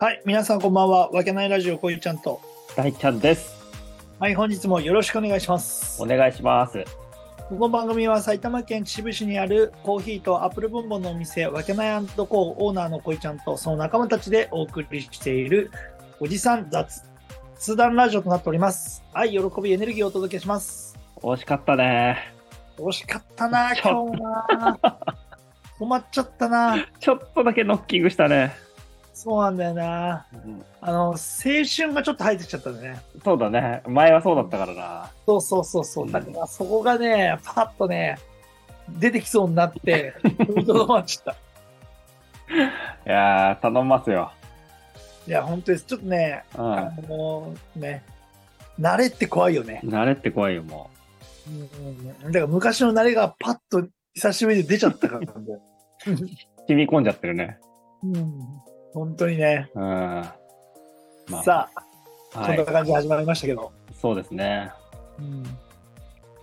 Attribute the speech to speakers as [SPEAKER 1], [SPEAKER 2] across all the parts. [SPEAKER 1] はい、皆さんこんばんは。わけないラジオ、こういうちゃんと。
[SPEAKER 2] 大ちゃんです。
[SPEAKER 1] はい、本日もよろしくお願いします
[SPEAKER 2] お。願いします。
[SPEAKER 1] この番組は埼玉県秩父市にあるコーヒーとアップルボンボンのお店、わけないコーオーナーのこいちゃんとその仲間たちでお送りしているおじさん雑通談ラジオとなっております。愛、喜び、エネルギーをお届けします。
[SPEAKER 2] 惜しかったね。
[SPEAKER 1] 惜しかったな、
[SPEAKER 2] ちょ
[SPEAKER 1] 今日な。止まっちゃったな。
[SPEAKER 2] ちょっとだけノッキングしたね。
[SPEAKER 1] そうなんだよな。あの、青春がちょっと入ってきちゃったんだね。
[SPEAKER 2] そうだね。前はそうだったからな。
[SPEAKER 1] そうそうそうそうう。
[SPEAKER 2] ん
[SPEAKER 1] だからそこがね、パッとね、出てきそうになって、踏みとどまっちゃった。
[SPEAKER 2] いやー、頼みますよ。
[SPEAKER 1] いや、本当です。ちょっとね、
[SPEAKER 2] う
[SPEAKER 1] あのね、慣れって怖いよね。
[SPEAKER 2] ん。慣れって怖いよ、も
[SPEAKER 1] うん、だから昔の慣れがパッと久しぶりで出ちゃったからなんで。
[SPEAKER 2] う。染み込んじゃってるね。
[SPEAKER 1] うん、本当にね。
[SPEAKER 2] うん。まあ
[SPEAKER 1] さあ、
[SPEAKER 2] は
[SPEAKER 1] こ
[SPEAKER 2] い
[SPEAKER 1] んな。感じで始まりましたけど。
[SPEAKER 2] そうですね。
[SPEAKER 1] うん、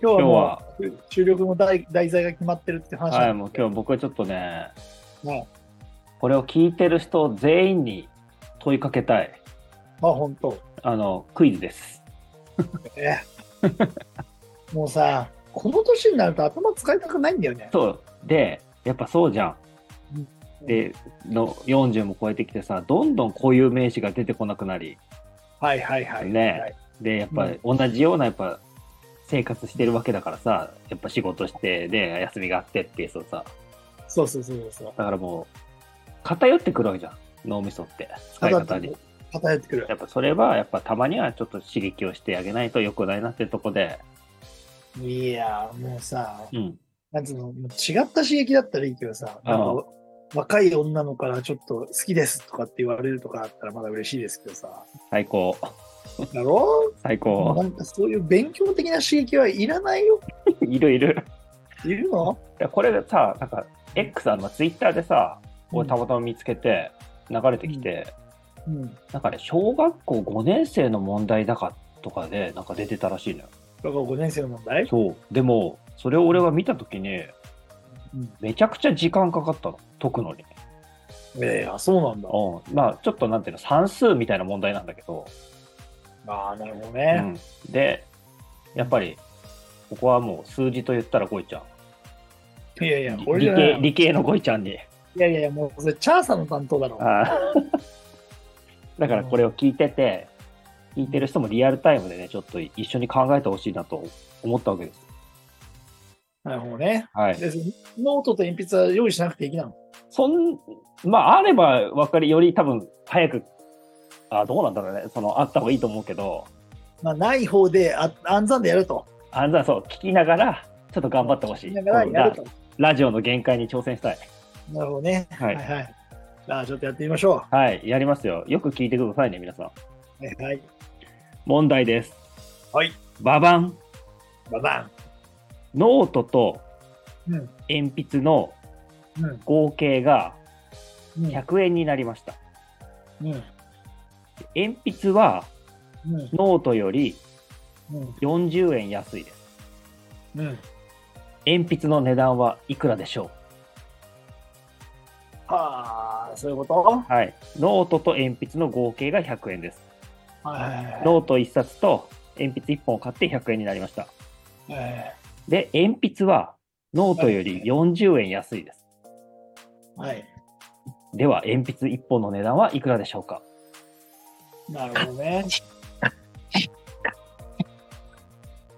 [SPEAKER 1] 今日は
[SPEAKER 2] 今日
[SPEAKER 1] も
[SPEAKER 2] は、
[SPEAKER 1] う収録の題題材が決まってるって話
[SPEAKER 2] はい、
[SPEAKER 1] なん
[SPEAKER 2] も
[SPEAKER 1] で
[SPEAKER 2] う今日僕はちょっとね、
[SPEAKER 1] ね
[SPEAKER 2] これを聞いてる人全員に問いかけたい。
[SPEAKER 1] まあ本当。
[SPEAKER 2] あの、クイズです。
[SPEAKER 1] ええもうさ、この年になると頭使いたくないんだよね。
[SPEAKER 2] そう。で、やっぱそうじゃん
[SPEAKER 1] うん。
[SPEAKER 2] で、の40も超えてきてさ、どんどんこういう名詞が出てこなくなり、
[SPEAKER 1] はいはいはい。
[SPEAKER 2] ね
[SPEAKER 1] はい
[SPEAKER 2] で、やっぱり同じような、やっぱ生活してるわけだからさ、やっぱ仕事して、で、休みがあってっていう、そうさ、
[SPEAKER 1] そうそうそうそう。
[SPEAKER 2] だからもう、偏ってくるわけじゃん。脳みそって、使い方に。
[SPEAKER 1] 偏ってくる
[SPEAKER 2] や。っぱそれは、やっぱたまにはちょっと刺激をしてあげないと良くないなってとこで、
[SPEAKER 1] いやー、もうさ、
[SPEAKER 2] うん。
[SPEAKER 1] なんつうの、もう違った刺激だったらいいけどさ、なん
[SPEAKER 2] あ
[SPEAKER 1] か若い女の子からちょっと好きですとかって言われるとかあったらまだ嬉しいですけどさ。
[SPEAKER 2] 最高、
[SPEAKER 1] だろ
[SPEAKER 2] 最
[SPEAKER 1] な
[SPEAKER 2] 高。
[SPEAKER 1] んかそういう勉強的な刺激はいらないよ。
[SPEAKER 2] いるいる。
[SPEAKER 1] いるの
[SPEAKER 2] でこれさ、なんか、X あの、ツイッターでさ、をたまたま見つけて、流れてきて、
[SPEAKER 1] うん。
[SPEAKER 2] なんかね、小学校5年生の問題だかとかで、なんか出てたらしいのよ。
[SPEAKER 1] だから5年生の問題
[SPEAKER 2] そう。でも、それを俺が見たときに、
[SPEAKER 1] うん。
[SPEAKER 2] めちゃくちゃ時間かかったの。解くのに。
[SPEAKER 1] ええあ、そうなんだ。
[SPEAKER 2] うん。まあ、ちょっとなんていうの、算数みたいな問題なんだけど。
[SPEAKER 1] ああ、なるほど
[SPEAKER 2] う
[SPEAKER 1] ね。
[SPEAKER 2] ん。で、やっぱり、ここはもう数字と言ったらゴイちゃん。
[SPEAKER 1] いやいや、俺じ
[SPEAKER 2] 理
[SPEAKER 1] ゃない
[SPEAKER 2] 系、理系のゴイちゃんに。
[SPEAKER 1] いやいやいや、もうそれ、チャーさんの担当だろ。
[SPEAKER 2] あー だからこれを聞いてて、聞いてる人もリアルタイムでね、ちょっと一緒に考えてほしいなと思ったわけです。
[SPEAKER 1] なるほどね。
[SPEAKER 2] はい。
[SPEAKER 1] でノートと鉛筆は用意しなくていいなの。
[SPEAKER 2] そん、まあ、あれば分かり、より多分、早く、あどうなんだろうね、その、あった方がいいと思うけど、
[SPEAKER 1] まあ、ない方であ暗算でやると。
[SPEAKER 2] あんざそう、聞きながら、ちょっと頑張ってほしい。
[SPEAKER 1] だからやると。
[SPEAKER 2] ララジオの限界に挑戦したい。
[SPEAKER 1] なるほどね。
[SPEAKER 2] は
[SPEAKER 1] はいいはい。じゃあ、ちょっとやってみましょ
[SPEAKER 2] はい、やりますよ。よく聞いてくださいね、皆さん。
[SPEAKER 1] う。はいはい。
[SPEAKER 2] 問題です。
[SPEAKER 1] はい。
[SPEAKER 2] ババン、
[SPEAKER 1] ババ
[SPEAKER 2] ノートと
[SPEAKER 1] ン。うん。
[SPEAKER 2] 鉛筆の
[SPEAKER 1] うん。
[SPEAKER 2] 合計が
[SPEAKER 1] うん。
[SPEAKER 2] 100円になりました。
[SPEAKER 1] うん。
[SPEAKER 2] 鉛筆は
[SPEAKER 1] うん。
[SPEAKER 2] ノートより
[SPEAKER 1] うん。
[SPEAKER 2] 40円安いです。
[SPEAKER 1] うん。
[SPEAKER 2] 鉛筆の値段はいくらでしょ
[SPEAKER 1] はあ、そういうことは
[SPEAKER 2] うはい。ノートと鉛筆の合計が100円です。
[SPEAKER 1] いはいはい
[SPEAKER 2] ノート1冊と鉛筆1本を買って100円になりました。
[SPEAKER 1] え
[SPEAKER 2] で、鉛筆はノートより40円安いです。
[SPEAKER 1] ーはい。
[SPEAKER 2] では、鉛筆1本の値段はいくらでしょうか
[SPEAKER 1] なるほど ね。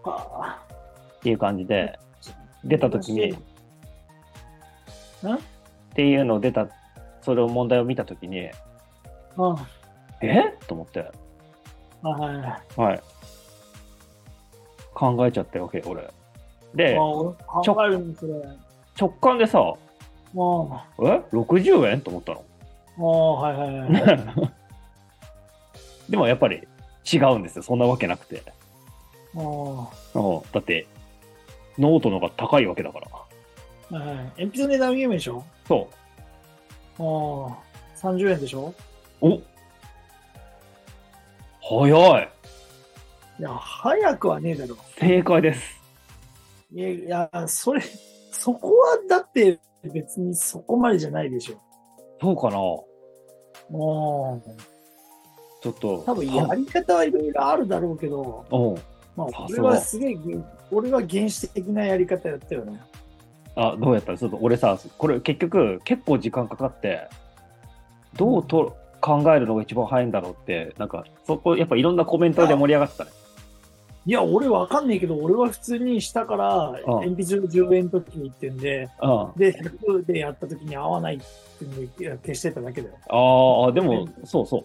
[SPEAKER 1] はあ。
[SPEAKER 2] っていう感じで、出た時に、っ
[SPEAKER 1] な
[SPEAKER 2] ていうのを出た、それを問題を見たときに、
[SPEAKER 1] うん。
[SPEAKER 2] えと思って、
[SPEAKER 1] はいはい。
[SPEAKER 2] はい。考えちゃったわけ、俺。で、
[SPEAKER 1] もう
[SPEAKER 2] ちょ
[SPEAKER 1] 考えるんですね。
[SPEAKER 2] 直感でさ、
[SPEAKER 1] も
[SPEAKER 2] え ?60 円と思ったの。
[SPEAKER 1] う、もう、はいはい はい。
[SPEAKER 2] でもやっぱり違うんですよ。そんなわけなくて。
[SPEAKER 1] も
[SPEAKER 2] うんだって、ノートの方が高いわけだから。
[SPEAKER 1] う、はいはい。鉛筆の値段ゲームでしょ
[SPEAKER 2] そ
[SPEAKER 1] もう、30円でしょ
[SPEAKER 2] う。お早い
[SPEAKER 1] いや、早くはねえだろ。
[SPEAKER 2] 正解です。
[SPEAKER 1] いや、いやそれ、そこはだって別にそこまでじゃないでしょ。
[SPEAKER 2] そうかな
[SPEAKER 1] もう、
[SPEAKER 2] ちょっと。
[SPEAKER 1] 多分やり方はいろいろあるだろうけど、
[SPEAKER 2] うん。
[SPEAKER 1] まあ
[SPEAKER 2] さ、す
[SPEAKER 1] 俺
[SPEAKER 2] が
[SPEAKER 1] はすげえ、俺は原始的なやり方やったよね。
[SPEAKER 2] あ、どうやったちょっと俺さ、これ結局結構時間かかって、どうと考えるのが一番早いんだろうって、なんかそこやっぱいろんなコメントで盛り上がってたね。
[SPEAKER 1] いや、俺わかんないけど、俺は普通にしたから、
[SPEAKER 2] う
[SPEAKER 1] 鉛
[SPEAKER 2] ん
[SPEAKER 1] 筆の10円の時に行ってんで、
[SPEAKER 2] うん。あ
[SPEAKER 1] で、100でやった時に合わないっていうのを消してただけだよ。
[SPEAKER 2] あ、でも、そうそう。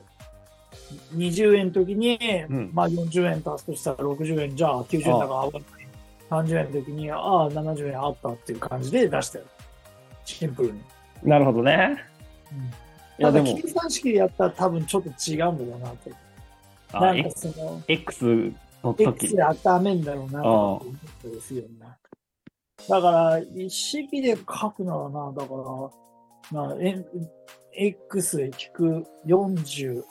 [SPEAKER 1] 20円の時に、
[SPEAKER 2] うん
[SPEAKER 1] まあ40円足すとしたら60円、じゃあ90円だから合わない。30円の時に、ああ、70円あったっていう感じで出したよ。シンプルに。
[SPEAKER 2] なるほどね。いや、
[SPEAKER 1] た
[SPEAKER 2] で
[SPEAKER 1] だ
[SPEAKER 2] も
[SPEAKER 1] 計、算式でやったら多分ちょっと違うんだろうなって。
[SPEAKER 2] あ
[SPEAKER 1] なんかその、
[SPEAKER 2] X の
[SPEAKER 1] X
[SPEAKER 2] 時。
[SPEAKER 1] で温めんだろうなと思ってですよね。だから、一式で書くならな、だから、まあ、え X 引く40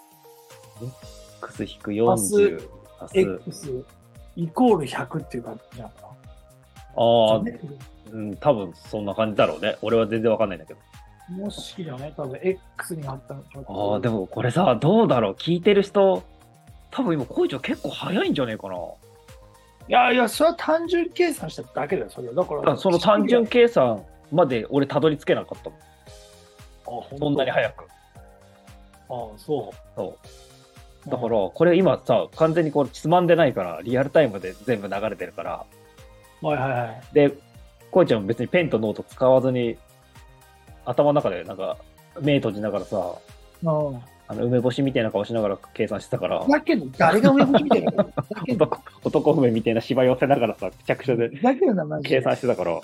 [SPEAKER 2] X 引く
[SPEAKER 1] 足す
[SPEAKER 2] 40。足す
[SPEAKER 1] X イコール100っていう感じなのかな。
[SPEAKER 2] ああ、
[SPEAKER 1] ね
[SPEAKER 2] うん、多分そんな感じだろうね。俺は全然わかんないんだけど。
[SPEAKER 1] もう式だね、多分 X に貼ったのちょっ
[SPEAKER 2] ああ、
[SPEAKER 1] と
[SPEAKER 2] でもこれさ、どうだろう聞いてる人、多分今、こいちゃん結構早いんじゃねえかな。
[SPEAKER 1] いやいや、それは単純計算しただけだよ、それは。だから、
[SPEAKER 2] その単純
[SPEAKER 1] 計
[SPEAKER 2] 計算まで俺たどり着けなかったもん。
[SPEAKER 1] 算
[SPEAKER 2] そんなに
[SPEAKER 1] あ、
[SPEAKER 2] 早く。
[SPEAKER 1] 本当あそ
[SPEAKER 2] そう。
[SPEAKER 1] う。
[SPEAKER 2] だから、これ今さ、完全にこれつまんでないから、リアルタイムで全部流れてるから。
[SPEAKER 1] うん、はいはいはい。
[SPEAKER 2] で、こいちゃんも別にペンとノート使わずに、頭の中でなんか、目閉じながらさ、
[SPEAKER 1] うん
[SPEAKER 2] あの梅干しみたいな顔しながら計算してたから、
[SPEAKER 1] だけど、誰が上向きみたいな。だけど、
[SPEAKER 2] 男男梅みたいな芝居をせながらさ、くちゃくちゃで
[SPEAKER 1] だけどな、マジ
[SPEAKER 2] 計
[SPEAKER 1] で。
[SPEAKER 2] 算してたから、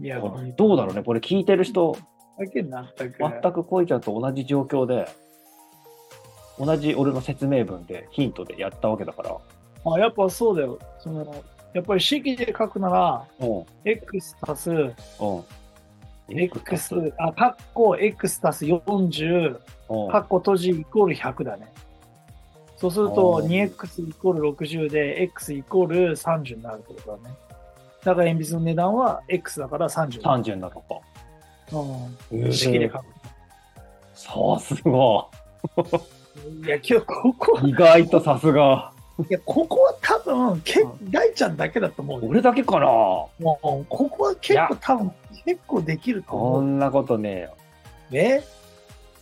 [SPEAKER 1] いや、
[SPEAKER 2] どうだろうね、これ聞いてる人、
[SPEAKER 1] だけど、全く。
[SPEAKER 2] 全くこいちゃんと同じ状況で、同じ俺の説明文でヒントでやったわけだから、
[SPEAKER 1] あやっぱそうだよ。そのやっぱり式で書くなら、
[SPEAKER 2] うん、
[SPEAKER 1] X 足す、
[SPEAKER 2] うん。
[SPEAKER 1] X、あ、カッコ、X 足す40、
[SPEAKER 2] うん、
[SPEAKER 1] カッコ閉じイコール100だね。そうすると、
[SPEAKER 2] あー
[SPEAKER 1] 2X イコール60で、X イコール30になるってことだね。だから鉛筆の値段は X だから30。
[SPEAKER 2] 30になったか。
[SPEAKER 1] うん。式で書く。
[SPEAKER 2] さすが。
[SPEAKER 1] いや、今日ここ、
[SPEAKER 2] 意外とさすが。
[SPEAKER 1] いや、ここは多分、け
[SPEAKER 2] う
[SPEAKER 1] 大ちゃんだけだと思うよ。
[SPEAKER 2] 俺だけかな
[SPEAKER 1] もうここは結
[SPEAKER 2] い
[SPEAKER 1] 構
[SPEAKER 2] や
[SPEAKER 1] 多分結構できると
[SPEAKER 2] そ
[SPEAKER 1] 思うん
[SPEAKER 2] なことねえよ。
[SPEAKER 1] ね。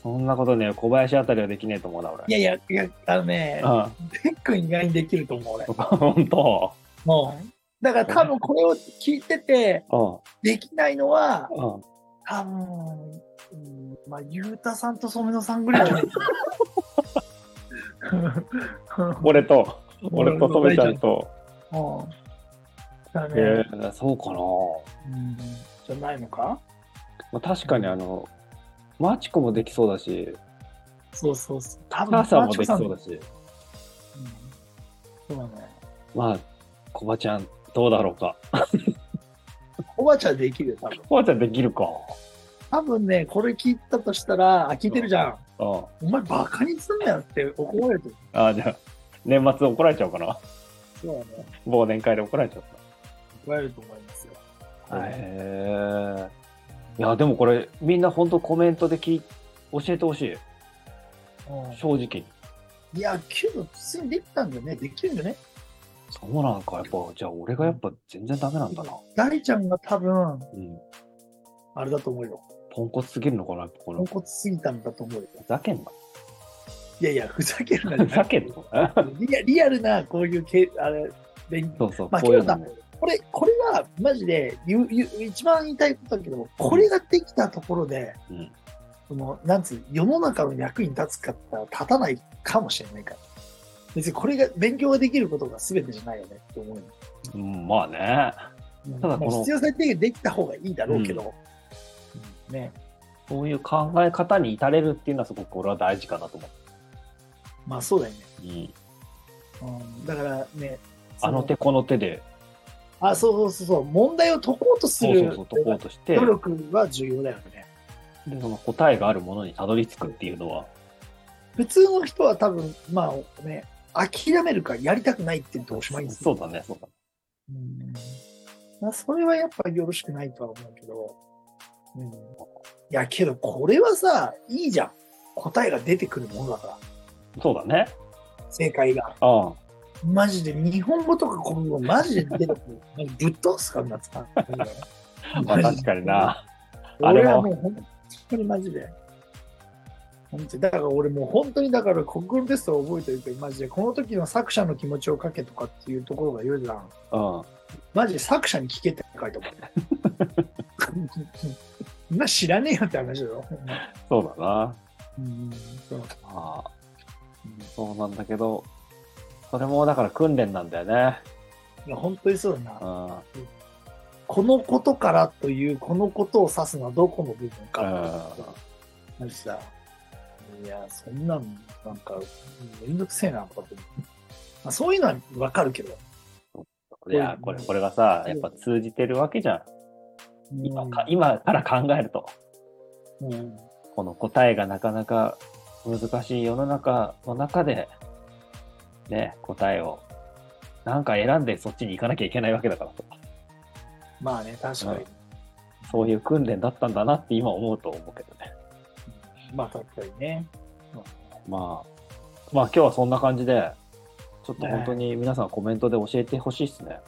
[SPEAKER 2] そんなことねえよ。小林あたりはできねえと思うな、俺。
[SPEAKER 1] いやいやいやあのね
[SPEAKER 2] う、ん。
[SPEAKER 1] 結構意外にできると思う俺。
[SPEAKER 2] 本当。
[SPEAKER 1] もうだから多分これを聞いてて
[SPEAKER 2] う
[SPEAKER 1] できないのは
[SPEAKER 2] ん。うん。
[SPEAKER 1] 多分、うん、まあゆうたさんと染野さんぐらいじゃない
[SPEAKER 2] 俺と、 俺ととめちゃんと。
[SPEAKER 1] うんだね、
[SPEAKER 2] えー、そうかな。
[SPEAKER 1] うんじゃないのか
[SPEAKER 2] まあ、確かにあの、マチコもできそうだし、
[SPEAKER 1] そうそうそう。多
[SPEAKER 2] ターさんもでき
[SPEAKER 1] マ
[SPEAKER 2] そ
[SPEAKER 1] ー
[SPEAKER 2] う
[SPEAKER 1] チ
[SPEAKER 2] だし、
[SPEAKER 1] コさんうんそうだね。
[SPEAKER 2] まあ、コバちゃん、どうだろうか。
[SPEAKER 1] おばあちゃんできるよ、多分。
[SPEAKER 2] コバちゃんできるか。
[SPEAKER 1] 多分ね、これ聞いたとしたら、あ、聞いてるじゃん。
[SPEAKER 2] うん。
[SPEAKER 1] お前バカにすんなよって怒られてる。
[SPEAKER 2] あーじゃあ、年末怒られちゃうかな。
[SPEAKER 1] そうだね。
[SPEAKER 2] 忘年会で怒られちゃっ
[SPEAKER 1] 怒られると思いますよ。
[SPEAKER 2] た。
[SPEAKER 1] はい
[SPEAKER 2] へえ。いや、でもこれ、みんな本当コメントで聞い教えてほしい。
[SPEAKER 1] う
[SPEAKER 2] 正直に。
[SPEAKER 1] ん、いや、けど、普通にできたんだよね。できるんだよね。
[SPEAKER 2] そうなんか、やっぱ、じゃあ俺がやっぱ全然ダメなんだな。
[SPEAKER 1] 大ちゃんが多分、
[SPEAKER 2] うん。
[SPEAKER 1] あれだと思うよ。ポ
[SPEAKER 2] ポンコツすぎるのかな、やっぱこ
[SPEAKER 1] ポン
[SPEAKER 2] の。
[SPEAKER 1] コツすぎたんだと思うよ。
[SPEAKER 2] ふざけんな。
[SPEAKER 1] いやいや、ふざけるなじゃ
[SPEAKER 2] ふ
[SPEAKER 1] な
[SPEAKER 2] ざ
[SPEAKER 1] い
[SPEAKER 2] けん の
[SPEAKER 1] リアリアルな、こういうけ、あれ、勉強。
[SPEAKER 2] そうそう、
[SPEAKER 1] まあ
[SPEAKER 2] こういうの
[SPEAKER 1] け
[SPEAKER 2] ね。
[SPEAKER 1] これ、これは、マジで、ゆゆ一番言いたいことだけども、これができたところで、
[SPEAKER 2] うん
[SPEAKER 1] その、なんつう、世の中の役に立つかって言ったら立たないかもしれないから。別にこれが、勉強ができることが全てじゃないよねって思うよ。
[SPEAKER 2] うん、まあね。ただこの
[SPEAKER 1] まあ必要最低限できた方がいいだろうけど、ね、
[SPEAKER 2] そういう考え方に至れるっていうのはすごく俺は大事かなと思う。
[SPEAKER 1] まあそうだよね。
[SPEAKER 2] うん、
[SPEAKER 1] うん、だからね、そ
[SPEAKER 2] あの手この手で、
[SPEAKER 1] あ、そうそうそうそう、問題を解こうとす
[SPEAKER 2] そう
[SPEAKER 1] る
[SPEAKER 2] そうそう、解こうとして、
[SPEAKER 1] 努力は重要だよね。
[SPEAKER 2] でその答えがあるものにたどり着くっていうのは、
[SPEAKER 1] 普通の人は多分、まあね、諦めるかやりたくないって言っておしまいですよ
[SPEAKER 2] そうだね、そうだね。
[SPEAKER 1] うんまあ、それはやっぱよろしくないとは思うけど、うん、いやけどこれはさいいじゃん答えが出てくるものだから
[SPEAKER 2] そうだね。
[SPEAKER 1] 正解が。
[SPEAKER 2] うん。
[SPEAKER 1] マジで、日本語とか国語、マジで出て くる。ぶっ飛すか、皆さん。
[SPEAKER 2] まあ確かにな。あれ
[SPEAKER 1] 俺は
[SPEAKER 2] も
[SPEAKER 1] もう本当にマジで。本当にだから俺もう本当にだから国語のテストを覚えてるけど、マジでこの時の作者の気持ちを書けとかっていうところが言うじゃん。
[SPEAKER 2] うん。
[SPEAKER 1] マジで作者に聞けって書い てもらった。そんな知らねえよって話だよ。
[SPEAKER 2] そうだな。
[SPEAKER 1] うんそう
[SPEAKER 2] ああそうなんだけど、それもだから訓練なんだよね。
[SPEAKER 1] いや本当にそうだな
[SPEAKER 2] う。ん。
[SPEAKER 1] このことからという、このことを指すのはどこの部分かっていうさマジさ、いや、そんなん、なんか、めんどくせえな、とかって。まあ、そういうのはわかるけど。
[SPEAKER 2] いや、これ、これがさ、やっぱ通じてるわけじゃん。今か今から考えると。
[SPEAKER 1] うん、うん
[SPEAKER 2] この答えがなかなか難しい世の中の中で、ね、答えを、なんか選んでそっちに行かなきゃいけないわけだからさ
[SPEAKER 1] まあね、確かに。
[SPEAKER 2] そういう訓練だったんだなって今思うと思うけどね。
[SPEAKER 1] まあ、確かにね。
[SPEAKER 2] まあ、まあ今日はそんな感じで、ちょっと本当に皆さんコメントで教えてほしいですね。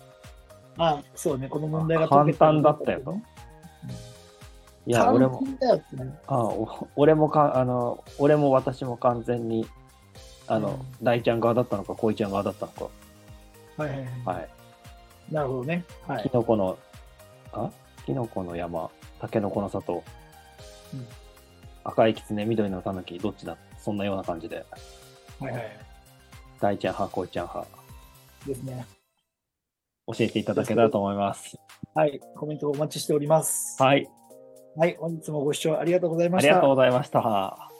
[SPEAKER 1] まあ、そうね、この問題が
[SPEAKER 2] 簡単だったよとい
[SPEAKER 1] い
[SPEAKER 2] や、
[SPEAKER 1] や、俺
[SPEAKER 2] 俺も
[SPEAKER 1] も。、簡単だよってね。
[SPEAKER 2] あお俺もか、あの、俺も私も完全に、あの、大ちゃん側だったのか、恋ちゃん側だったのか。
[SPEAKER 1] はいはいはい。
[SPEAKER 2] はい。
[SPEAKER 1] なるほどね。は
[SPEAKER 2] キ
[SPEAKER 1] い。
[SPEAKER 2] ノコの、あキノコの山、タケノコの里、
[SPEAKER 1] うん
[SPEAKER 2] 赤いキツネ、緑のタヌキ、どっちだそんなような感じで、
[SPEAKER 1] はいはい。
[SPEAKER 2] 大ちゃん派、恋ちゃん派、
[SPEAKER 1] ですね。
[SPEAKER 2] 教えていただけたらと思います。
[SPEAKER 1] はい。コメントお待ちしております。
[SPEAKER 2] はい。
[SPEAKER 1] はい。本日もご視聴ありがとうございま
[SPEAKER 2] あ
[SPEAKER 1] し
[SPEAKER 2] りが
[SPEAKER 1] た
[SPEAKER 2] とう。ございました。